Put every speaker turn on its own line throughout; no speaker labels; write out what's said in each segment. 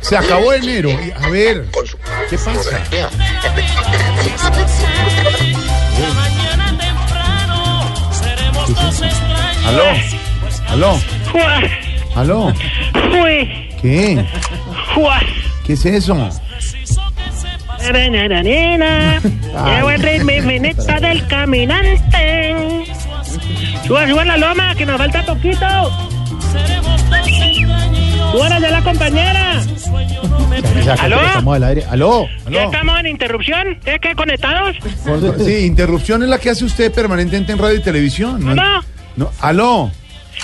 Se acabó enero. y- A ver, ¿qué pasa?
Mañana temprano seremos dos extraños. Pues
Aló, aló,
Juan,
aló.
fui,
¿Qué?
Juan.
¿Qué es eso?
Tarananana, Llevo el ritmo infinito del caminante. Suba, suba la loma, que nos falta poquito. Buenas de la compañera.
Esa gente
¿Aló?
que Estamos al aire. Aló,
¿Ya
aló.
estamos en interrupción? ¿Es que conectados?
Por- Sí, interrupción es la que hace usted permanentemente en radio y televisión. No,
¿Aló?
no, aló.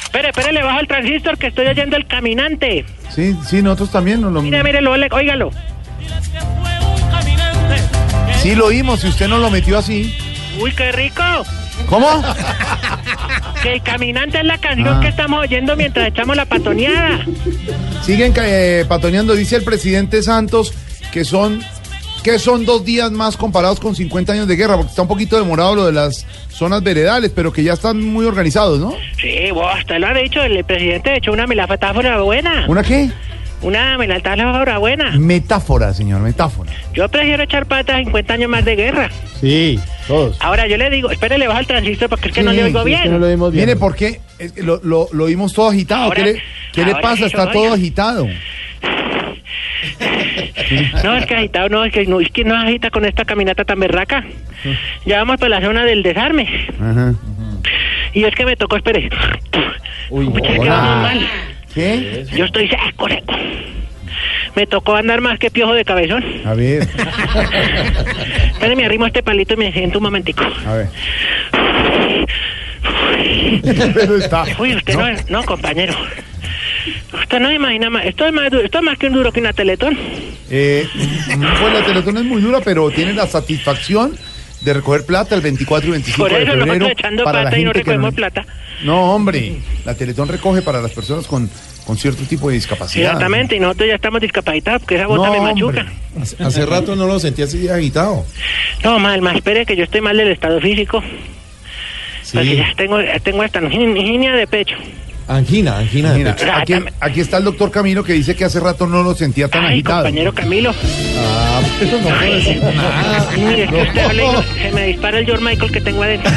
Espere, espere, le bajo el transistor que estoy oyendo el caminante.
Sí, sí, nosotros también. nos lo-
Mire, mire, lo- óigalo.
Sí, lo oímos. Si usted no lo metió así.
Uy, qué rico.
¿Cómo?
Que el caminante es la canción
Ah.
que estamos oyendo mientras echamos la patoneada.
Siguen ca- eh, patoneando, dice el presidente Santos, que son, que son dos días más comparados con 50 años de guerra, porque está un poquito demorado lo de las zonas veredales, pero que ya están muy organizados, ¿no?
Sí, vos, usted lo ha dicho, el presidente echó una metáfora buena.
¿Una qué?
Una metáfora buena.
Metáfora, señor, metáfora.
Yo prefiero echar pata a 50 años más de guerra.
Sí, todos.
Ahora yo le digo, espere, le bajo el transistor porque es que no le oigo bien.
no lo vimos bien.
Mire, ¿por qué? Es que lo, lo, lo oímos todo agitado.
Ahora-
¿Qué le, qué le
ahora
pasa?
sí,
Está
oiga.
todo agitado.
No, es que agitado, no, es que no, es que no agita con esta caminata tan berraca. Ya vamos para la zona del desarme.
Ajá.
Y es que me tocó, espere.
Uy,
Pucha, que
hola.
vamos mal.
¿Qué?
Yo estoy seco, seco. Me tocó andar más que piojo de cabezón.
A ver,
Espere, me arrimo a este palito y me siento un momentico.
a ver. Pero está.
Uy, usted no, es- no, compañero. Usted no imagina más. Esto es más, du- esto es más que un duro que una teletón.
Eh, pues la Teletón es muy dura, pero tiene la satisfacción de recoger plata el 24 y 25
Por
de
eso
febrero
nosotros echando
para la
plata y no
gente que
recogemos plata.
No, hombre, la Teletón recoge para las personas con, con cierto tipo de discapacidad.
Exactamente, y nosotros ya estamos discapacitados porque esa
No,
bota me
hombre.
machuca.
Hace, hace rato no lo sentí así agitado.
No, mal, mal. Espere que yo estoy mal del estado físico. Porque ya tengo, ya tengo hasta angina de pecho.
Angina, angina. de
Mira,
pecho.
aquí, aquí está el doctor Camilo que dice que hace rato no lo sentía tan
Ay,
agitado.
compañero Camilo.
Ah, pero no puedo decir nada.
Mire, es que usted habla y no- se me dispara el George Michael que tengo adentro.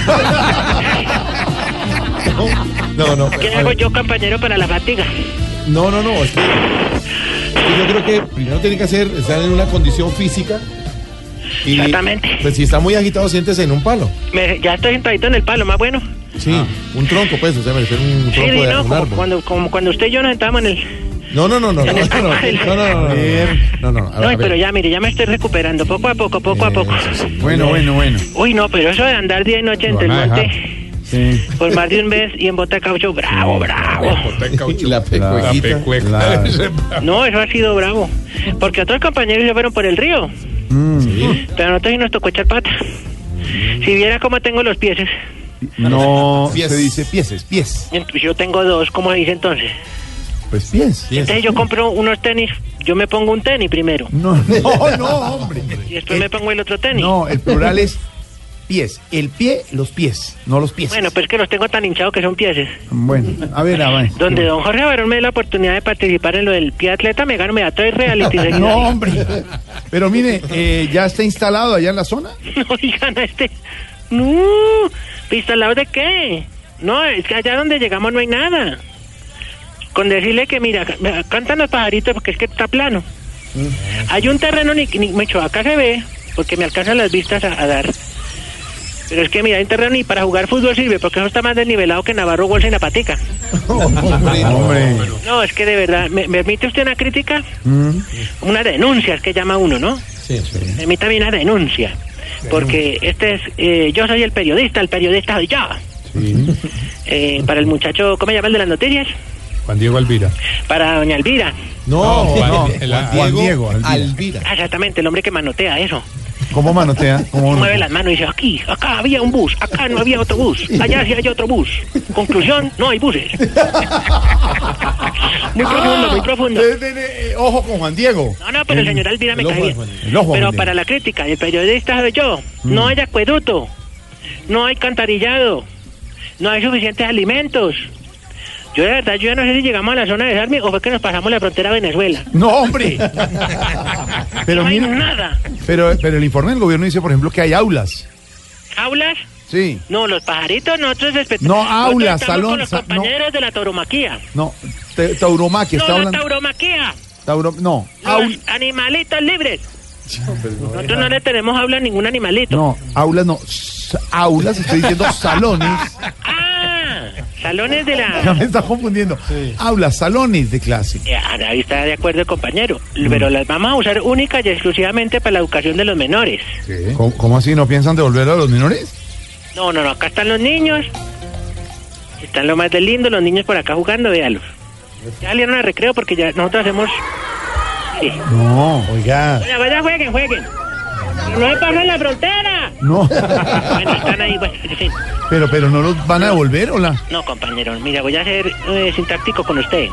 No, no.
¿Qué
a
hago
ver,
yo, compañero, para la fatiga?
No, no, no. Es que, es que yo creo que primero tiene que hacer, estar en una condición física. Y,
Exactamente.
Pues si está muy agitado, siéntese en un palo.
Me- ya estoy sentadito en el palo, más bueno.
Sí, un tronco, pues. O sea, me refiero a un
Ah. Sí,
tronco de
no,
un
como
árbol.
cuando, como cuando usted y yo nos sentábamos en el...
No, no, no, no. No, no, no. No, no, no. No, no, no, a
No,
ver,
pero ya, mire, ya me estoy recuperando, poco a poco, poco a poco.
Eso sí.
Bueno, bueno, bueno.
Uy, no, pero eso de andar día y noche entre el
van a
monte
Sí.
por más de un mes y en bota de caucho, bravo, bravo.
Y la pecuejita.
La-
No, eso ha sido bravo. Porque otros compañeros se fueron por el río,
Mm.
pero a nosotros sí nos tocó echar pata. Si viera cómo tengo los pies,
no,
Pies.
se dice pieses, pies.
yo tengo dos, como se dice entonces.
Pues pies.
Sí,
Entonces yo compro unos tenis, yo me pongo un tenis primero
No, no, no, hombre.
y después me pongo el otro tenis.
No, el plural es pies. El pie, los pies, no los pies.
Bueno, pero es que los tengo tan hinchados que son pies.
Bueno, a ver, a ver.
Donde don Jorge Barón me dio la oportunidad de participar en lo del pie atleta, me gano, me da tres reality. seguidas.
No, hombre. Pero mire, eh, ¿ya está instalado allá en la zona?
No digan a este. No, ¿viste al lado de qué? No, es que allá donde llegamos no hay nada. Con decirle que, mira, ca- cantan los pajaritos porque es que está plano. Hay un terreno, ni, ni mucho, acá se ve, porque me alcanzan las vistas a, a dar. Pero es que, mira, hay un terreno y para jugar fútbol sirve, porque eso está más desnivelado que Navarro Bolsa y Napatica.
Hombre,
Hombre.
No, es que de verdad, ¿me me permite usted una crítica? Una denuncia, es que llama uno, ¿no?
Sí, sí.
Permítame una denuncia. Porque este es, eh, yo soy el periodista, el periodista soy yo. Eh, para el muchacho, ¿cómo se llama el de las noticias?
Juan Diego Alvira.
Para doña Elvira.
No,
Juan-
no,
el-
Juan
Juan
Diego,
Diego, Alvira.
Alvira.
Ah, Exactamente, el hombre que manotea eso.
¿Cómo manotea? ¿Cómo no?
Mueve las manos y dice, aquí, acá había un bus, acá no había otro bus, allá sí hay otro bus. Conclusión, no hay buses. Muy profundo, muy profundo.
Eh, eh, eh, Ojo con Juan Diego.
No, no, pero el señor Alvira me
el ojo
cae
de
bien.
Juan Diego.
El ojo de Mm.
Pero
Juan
para
Diego.
la crítica, el periodista soy yo. No hay acueducto, no hay cantarillado, no hay suficientes alimentos. Yo de verdad, yo ya no sé si llegamos a la zona de Sarmi o fue que nos pasamos la frontera a Venezuela.
No, hombre. Pero,
no hay
mira-
nada.
pero, pero el informe del gobierno dice, por ejemplo, que hay aulas.
¿Aulas?
Sí.
No, los pajaritos, nosotros respetamos.
No, aulas, salón,
Con los
sa- no.
compañeros de la tauromaquia.
No, te- tauromaquia,
No,
está
la
hablando.
tauromaquia.
Tauro, no,
Los
aul-
animalitos libres. Nosotros no le tenemos aula a ningún animalito.
no, aulas no, s- aulas, estoy diciendo salones,
Ah, salones de la...
ya me está confundiendo, aulas, salones de clase.
Eh, Ahí está de acuerdo el compañero, pero las vamos a usar única y exclusivamente para la educación de los menores.
¿Cómo, cómo así? ¿No piensan devolver a los menores?
No, no, no, acá están los niños. Están lo más de lindo, los niños por acá jugando, véalos. Ya salieron al recreo porque ya nosotros hacemos... Sí.
No, oiga,
Vaya, vaya, jueguen, jueguen. Pero No se pasen la frontera.
no,
Bueno, están ahí, bueno, en fin.
pero, pero no los van a devolver, hola.
No, compañero, mira, voy a ser eh, sintáctico con usted.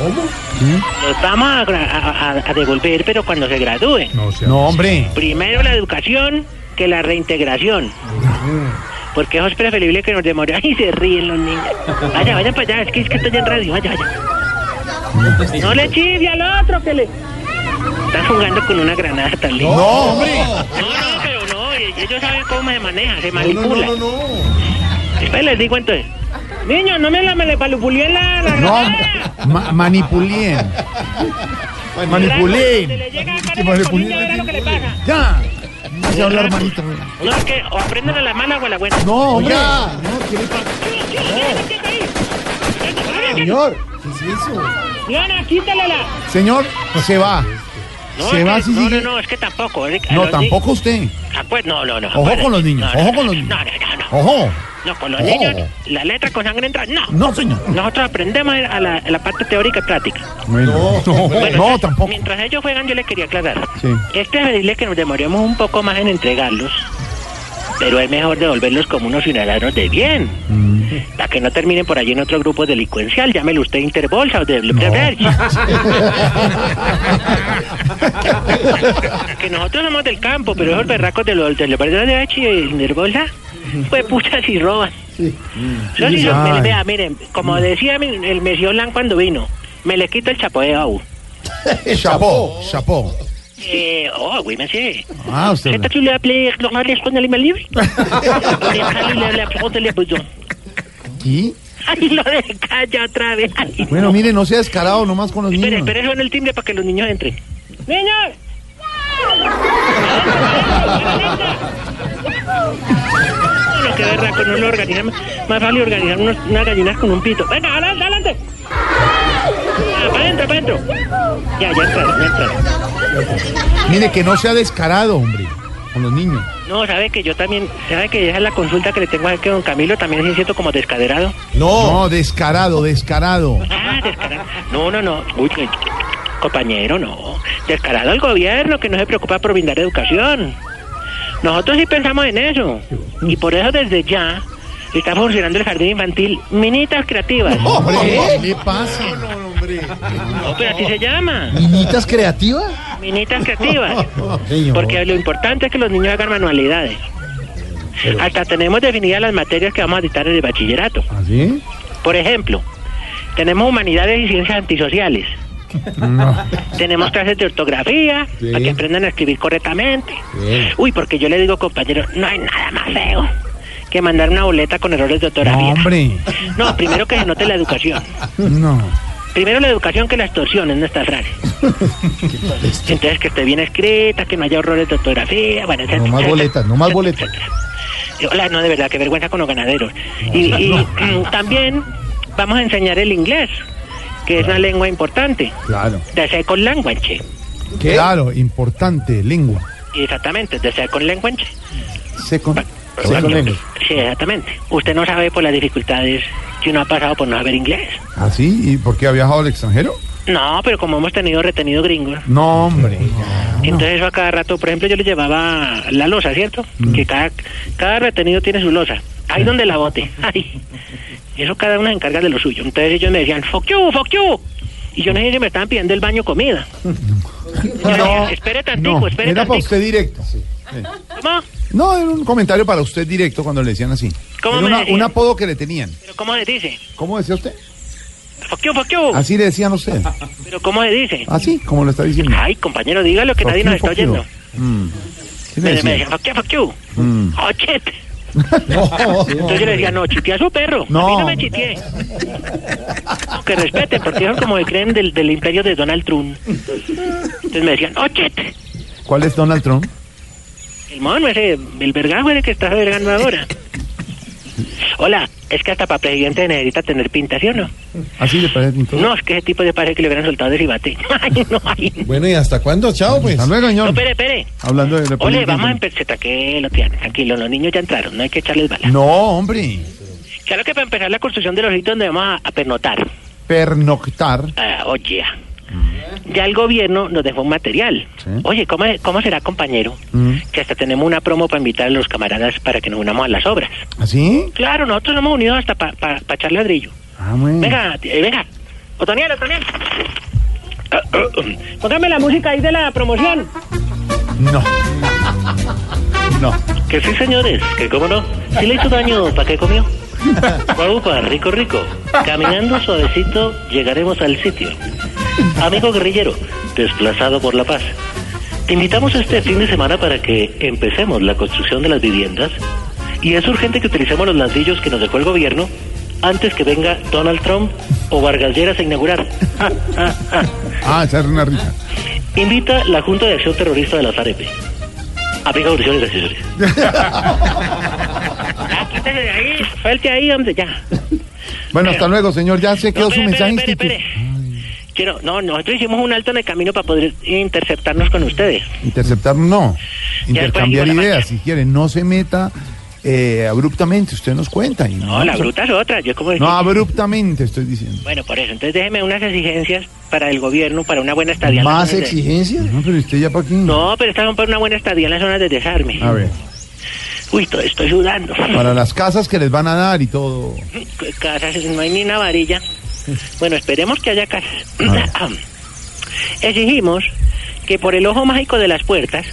Los vamos a, gra- a- a- a devolver, pero cuando se gradúen.
No, hombre,
Primero la educación que la reintegración. Porque eso es preferible que nos demore. Ay, se ríen los niños. Vaya, vaya para allá. Es que, es que estoy en radio. Vaya, vaya. No le chifle al otro que le... Estás jugando con una granada tan linda.
no, hombre,
No, no, pero no. Ellos saben cómo se maneja, se
No, no,
manipula.
no, no, no.
Después les digo entonces. Niños, no me la me le palupulé la,
no,
la granada.
hombre, ma- manipulén,
Se le
manipulén,
llega a
Que
cara de
manipulén.
comida, verá lo que le pasa.
ya, vas a hablar, manito.
No, es que o aprenden a la mala o a la buena.
No, hombre,
Señor, ¿qué es eso?
Diana, quítale la.
señor, se va,
No,
se
es
va
que-
si
no,
sigue,
no, no, es que tampoco. es que a
no,
los ni-
tampoco usted.
Ah, pues, no, no, no.
Ojo
Bueno,
con los niños,
no, no,
ojo
no,
con los niños.
No, no, no, no.
Ojo,
No, con los
Ojo.
niños, la letra con sangre entra. No.
no, señor.
Nosotros aprendemos a la, a la parte teórica y práctica.
No, no,
entonces,
tampoco.
Mientras ellos juegan, yo les quería aclarar.
Sí.
Es preferible que nos demoremos un poco más en entregarlos, pero es mejor devolverlos como unos ciudadanos de bien. Para que no terminen por allí en otro grupo delincuencial, llámelo usted Interbolsa o de que nosotros somos del campo, pero esos berracos de los de los verdaderos de H y Interbolsa, pues pucha si roban. Yo sí son-
Ay.
vea, miren, como decía mi- el Mesías Blanc cuando vino, me le quito el chapoeo a uno.
Chapó, chapó.
Eh, oh, oui, monsieur.
Ah, usted.
C'est à tu l'as appelé Laurent Lescon à l'animal libre Il est allé la- la prendre les besoins.
¿Y?
Ay, lo de calla otra vez. Ay,
Bueno,
no.
mire, no sea descarado nomás con los
Espera,
niños.
espera, suena el timbre para que los niños entren. ¡Niños! Bueno, qué verra, con no lo organizamos. Más vale organizar unos, unas gallinas con un pito. Venga, adelante, adelante. Ah, para adentro, para adentro. Ya, ya entraron, ya entraron.
Mire, que no sea descarado, hombre, con los niños.
No, sabe que yo también, sabe que esa es la consulta que le tengo a que don Camilo también se siento como descaderado.
No,
No, descarado, descarado.
Ah, descarado. No, no, no. Uy, uy, compañero, no. Descarado el gobierno que no se preocupa por brindar educación. Nosotros sí pensamos en eso. Y por eso desde ya está funcionando el jardín infantil Minitas Creativas.
Hombre, ¿qué le pasa?
No, pero así se llama.
¿Niñitas creativas?
Minitas Creativas.
Señor.
Porque lo importante es que los niños hagan manualidades. Hasta tenemos definidas las materias que vamos a dictar en el bachillerato.
¿Así?
Por ejemplo, tenemos humanidades y ciencias antisociales. Tenemos clases de ortografía
Sí.
para que aprendan a escribir correctamente. Uy, porque yo le digo, compañero, no hay nada más feo que mandar una boleta con errores de
No,
ortografía.
hombre.
No, primero que se note la educación.
No.
Primero la educación que la extorsión en nuestra frase. Entonces que esté bien escrita, que no haya errores de ortografía. Bueno,
No más boletas, no más boletas.
eh, Hola, no, de verdad, qué vergüenza con los ganaderos. Y, y, mm, también vamos a enseñar el inglés, que es una lengua importante.
Claro.
The second language.
Claro, importante, lengua.
Exactamente, the second language.
Second, second language.
Sí, exactamente. Usted no sabe por las dificultades que uno ha pasado por no saber inglés.
¿Ah, ¿Así? ¿Y por qué ha viajado al extranjero?
No, pero como hemos tenido retenido gringos,
No, hombre.
entonces eso a cada rato, por ejemplo, yo le llevaba la losa, ¿cierto?
Mm.
Que cada, cada retenido tiene su losa. Ahí donde la bote. Ahí. Eso cada uno se encarga de lo suyo. Entonces ellos me decían, fuck you, fuck you. Y yo no sé si me estaban pidiendo el baño comida. Yo decía, espere tantico,
No,
espere
era para
tantico.
usted directo.
¿Cómo?
No, era un comentario para usted directo cuando le decían así.
¿Cómo
Era
me
una-
decían?
un apodo que le tenían.
¿Pero cómo se dice?
¿Cómo decía usted?
Fuck you, fuck you.
Así le decían a usted.
¿Pero cómo se dice?
Así, como lo está diciendo.
Ay, compañero, dígalo que
Fuck
nadie
you,
nos está
fuck you.
oyendo.
¿Qué le
Me, me
decían?
decían, fuck you, fuck you. Oh, shit. Entonces yo le decía, no, chitea a su perro.
No.
A mí no me chiteé. No, que respeten, porque ellos como que creen del, del imperio de Donald Trump. Entonces me decían, oh, shit.
¿Cuál es Donald Trump?
El mono ese, el vergajo ese que estás vergando ahora. Hola, es que hasta para presidente necesita tener pinta, ¿sí o no?
Así le parece entonces.
No, es que ese tipo de parece que le hubieran soltado de ribate. Ay, no, ay.
Bueno, ¿y hasta cuándo? Chao, pues.
Hasta luego,
No,
señor.
espere, espere.
Hablando de la
Ole,
política.
vamos a empezar. Tranquilo, tía, tranquilo. Los niños ya entraron, no hay que echarles bala.
No, hombre.
Claro que para empezar la construcción de los sitios donde vamos a, a pernotar.
Pernoctar.
Ah, oye. Ya el gobierno nos dejó un material.
Mm. Sí.
Oye, ¿cómo, ¿cómo será, compañero?
Mm.
Que hasta tenemos una promo para invitar a los camaradas para que nos unamos a las obras.
¿Así?
Claro, nosotros nos hemos unido hasta para echar ladrillo.
Ah, bueno.
Venga, eh, venga. Otoniel, Otoniel. Ah, ah, ah. Póngame la música ahí de la promoción.
No. No.
Que sí, señores, que cómo no. Si le hizo daño, ¿para qué comió? Upa, upa, rico, rico. Caminando suavecito, llegaremos al sitio. Amigo guerrillero, desplazado por la paz. Te invitamos este fin de semana para que empecemos la construcción de las viviendas. Y es urgente que utilicemos los ladrillos que nos dejó el gobierno antes que venga Donald Trump o Vargas Lleras a inaugurar.
Ah, esa era una risa.
Invita la Junta de Acción Terrorista de las AREP. Aplica audiciones de asesores. Ya, quítese Ah, de ahí. Suelte ahí, hombre, ya.
Bueno, hasta luego, señor. Ya se quedó
No,
su
espere,
mensaje
espere, espere,
institu-
espere. Quiero- no, nosotros hicimos un alto en el camino para poder interceptarnos con ustedes.
Interceptar, no.
Ya después digo
Intercambiar
la
ideas,
mañana.
si quiere. No se meta eh, abruptamente. Usted nos cuenta. Y
No, la bruta es otra. Yo como
No, abruptamente, estoy diciendo.
Bueno, por eso. Entonces déjeme unas exigencias para el gobierno, para una buena estadía. en las
¿Más
zonas de-
exigencias?
No, pero usted ya para aquí.
No, pero estaban para una buena estadía en las zonas de desarme.
A ver,
Uy, todo estoy sudando.
para las casas que les van a dar y todo.
Casas, Pues no hay ni una varilla. Bueno, esperemos que haya casas. Exigimos que por el ojo mágico de las puertas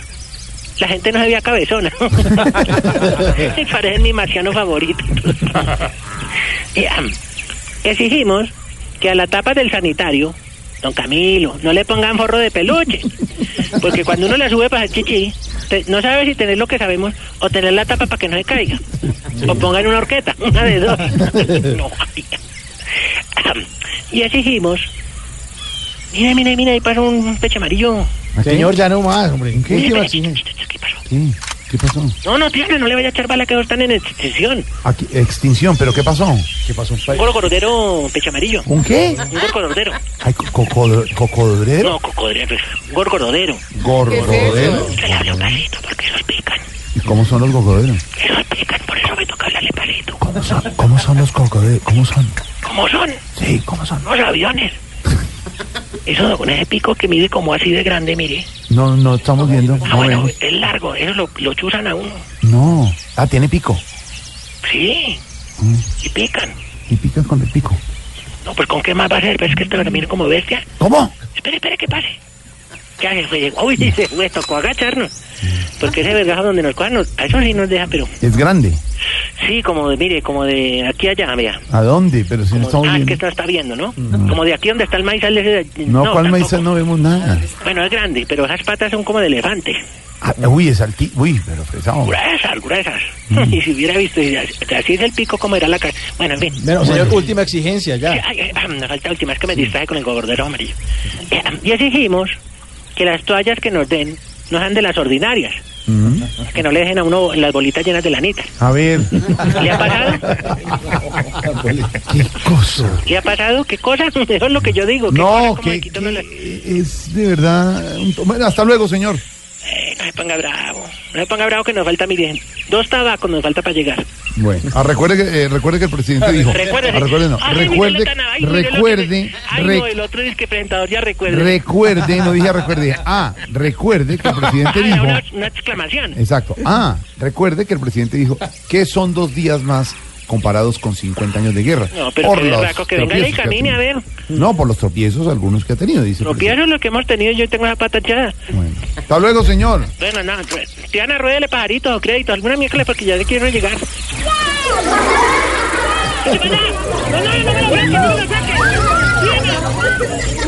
la gente no se vea cabezona. Y Parece mi marciano favorito. Y, ah, am, Exigimos que a la tapa del sanitario, don Camilo, no le pongan forro de peluche. Porque cuando uno la sube para el chichi, te- no sabe si tener lo que sabemos o tener la tapa para que no se caiga. O pongan una horqueta, una de dos. No, ay. y exigimos. Mira, mira, mira, ahí pasa un peche amarillo.
Señor, ya no más, hombre.
¿En qué?
Mira,
Última
mira,
exigencia.
¿Qué pasó?
¿Qué? ¿Qué pasó?
No, no, tía, no le vaya a echar bala que no están en extinción.
Aquí, extinción, ¿pero qué pasó?
¿Qué pasó?
Un gordo cordero, peche amarillo.
¿Un qué?
Un gordo cordero.
Ay, co- cocodo- ¿Cocodrero?
No, cocodrero. Un gordo cordero.
¿Gorrodero?
Yo le hablo pasito porque esos pican.
¿Y cómo son los cocoderos?
Esos pican, por eso me toca hablarle palito.
¿Cómo son, cómo son los cocoderos? ¿Cómo son?
¿Cómo son?
Sí, ¿cómo son?
Los aviones. Eso con ese pico que mide como así de grande, mire.
No, no estamos viendo. No
Ah,
eh.
bueno,
vemos.
es largo, eso lo, lo chuzan a uno.
No. Ah, tiene pico.
Sí.
Mm.
Y pican.
Y pican con el pico.
No, pues con qué más va a ser, pero es que esto también como bestia.
¿Cómo?
Espere, espere que pase. Ya se fue, llegó. Uy,
Mm.
se fue, tocó agacharnos. Porque ese vergajo donde nos cojan, nos- a eso sí nos deja, pero
Es grande.
sí, como de, mire, como de aquí a allá, vea.
¿A dónde? Pero si no
Como-
estamos
ah, es que
viendo.
esto está viendo, ¿no? Como de aquí donde está el maíz, sale ese-
No, ¿cuál
tampoco.
maíz? No vemos nada.
Bueno, es grande, pero esas patas son como de elefante.
Ah, uy, es alti... Uy, pero fresado.
Gruesas, gruesas.
Mm.
Y si hubiera visto, y así así es el pico, como era la cara. Bueno, en fin.
Bueno, señor, última exigencia, ya.
Ay, ay, ah, me falta última, es que me distraje con el gobernador amarillo. Eh, Y exigimos que las toallas que nos den no sean de las ordinarias,
Mm.
que no le dejen a uno las bolitas llenas de lanitas.
A ver.
¿Le ha pasado?
¿Qué cosa?
¿Le ha pasado? ¿Qué cosa? Eso es lo que yo digo. ¿Qué cosa?
No,
Como
que,
de quitarle
que es de verdad. un to- Bueno, hasta luego, señor.
la- Eh, se ponga bravo. No se ponga bravo que nos falta, miren, dos tabacos nos falta para llegar.
Bueno, ah, recuerde, que, eh, recuerde que el presidente dijo.
Recuerde,
ah, recuerde, no,
Ay, Miguel
recuerde,
Lozano, ay, Miguel
recuerde,
Lozano. Ay, no,
re-
el otro disque presentador ya recuerde.
recuerde, no dije recuerde, ah, recuerde que el presidente
Ah, era
dijo.
una, una exclamación.
Exacto, ah, recuerde que el presidente dijo que son dos días más comparados con 50 años de guerra.
No, pero qué berraco, que venga
tropiezos
y camine,
ha tenido.
a ver.
No, por los tropiezos algunos que ha tenido, dice. el
Tropiezos lo que hemos tenido, yo tengo la pata echada.
presidente. Bueno. Hasta luego, señor.
Bueno, no, re- Diana, ruédele pajaritos o créditos, alguna miércoles porque ya le quiero llegar. ¡No, no, no me lo saquen, no me lo saquen! ¡Diana!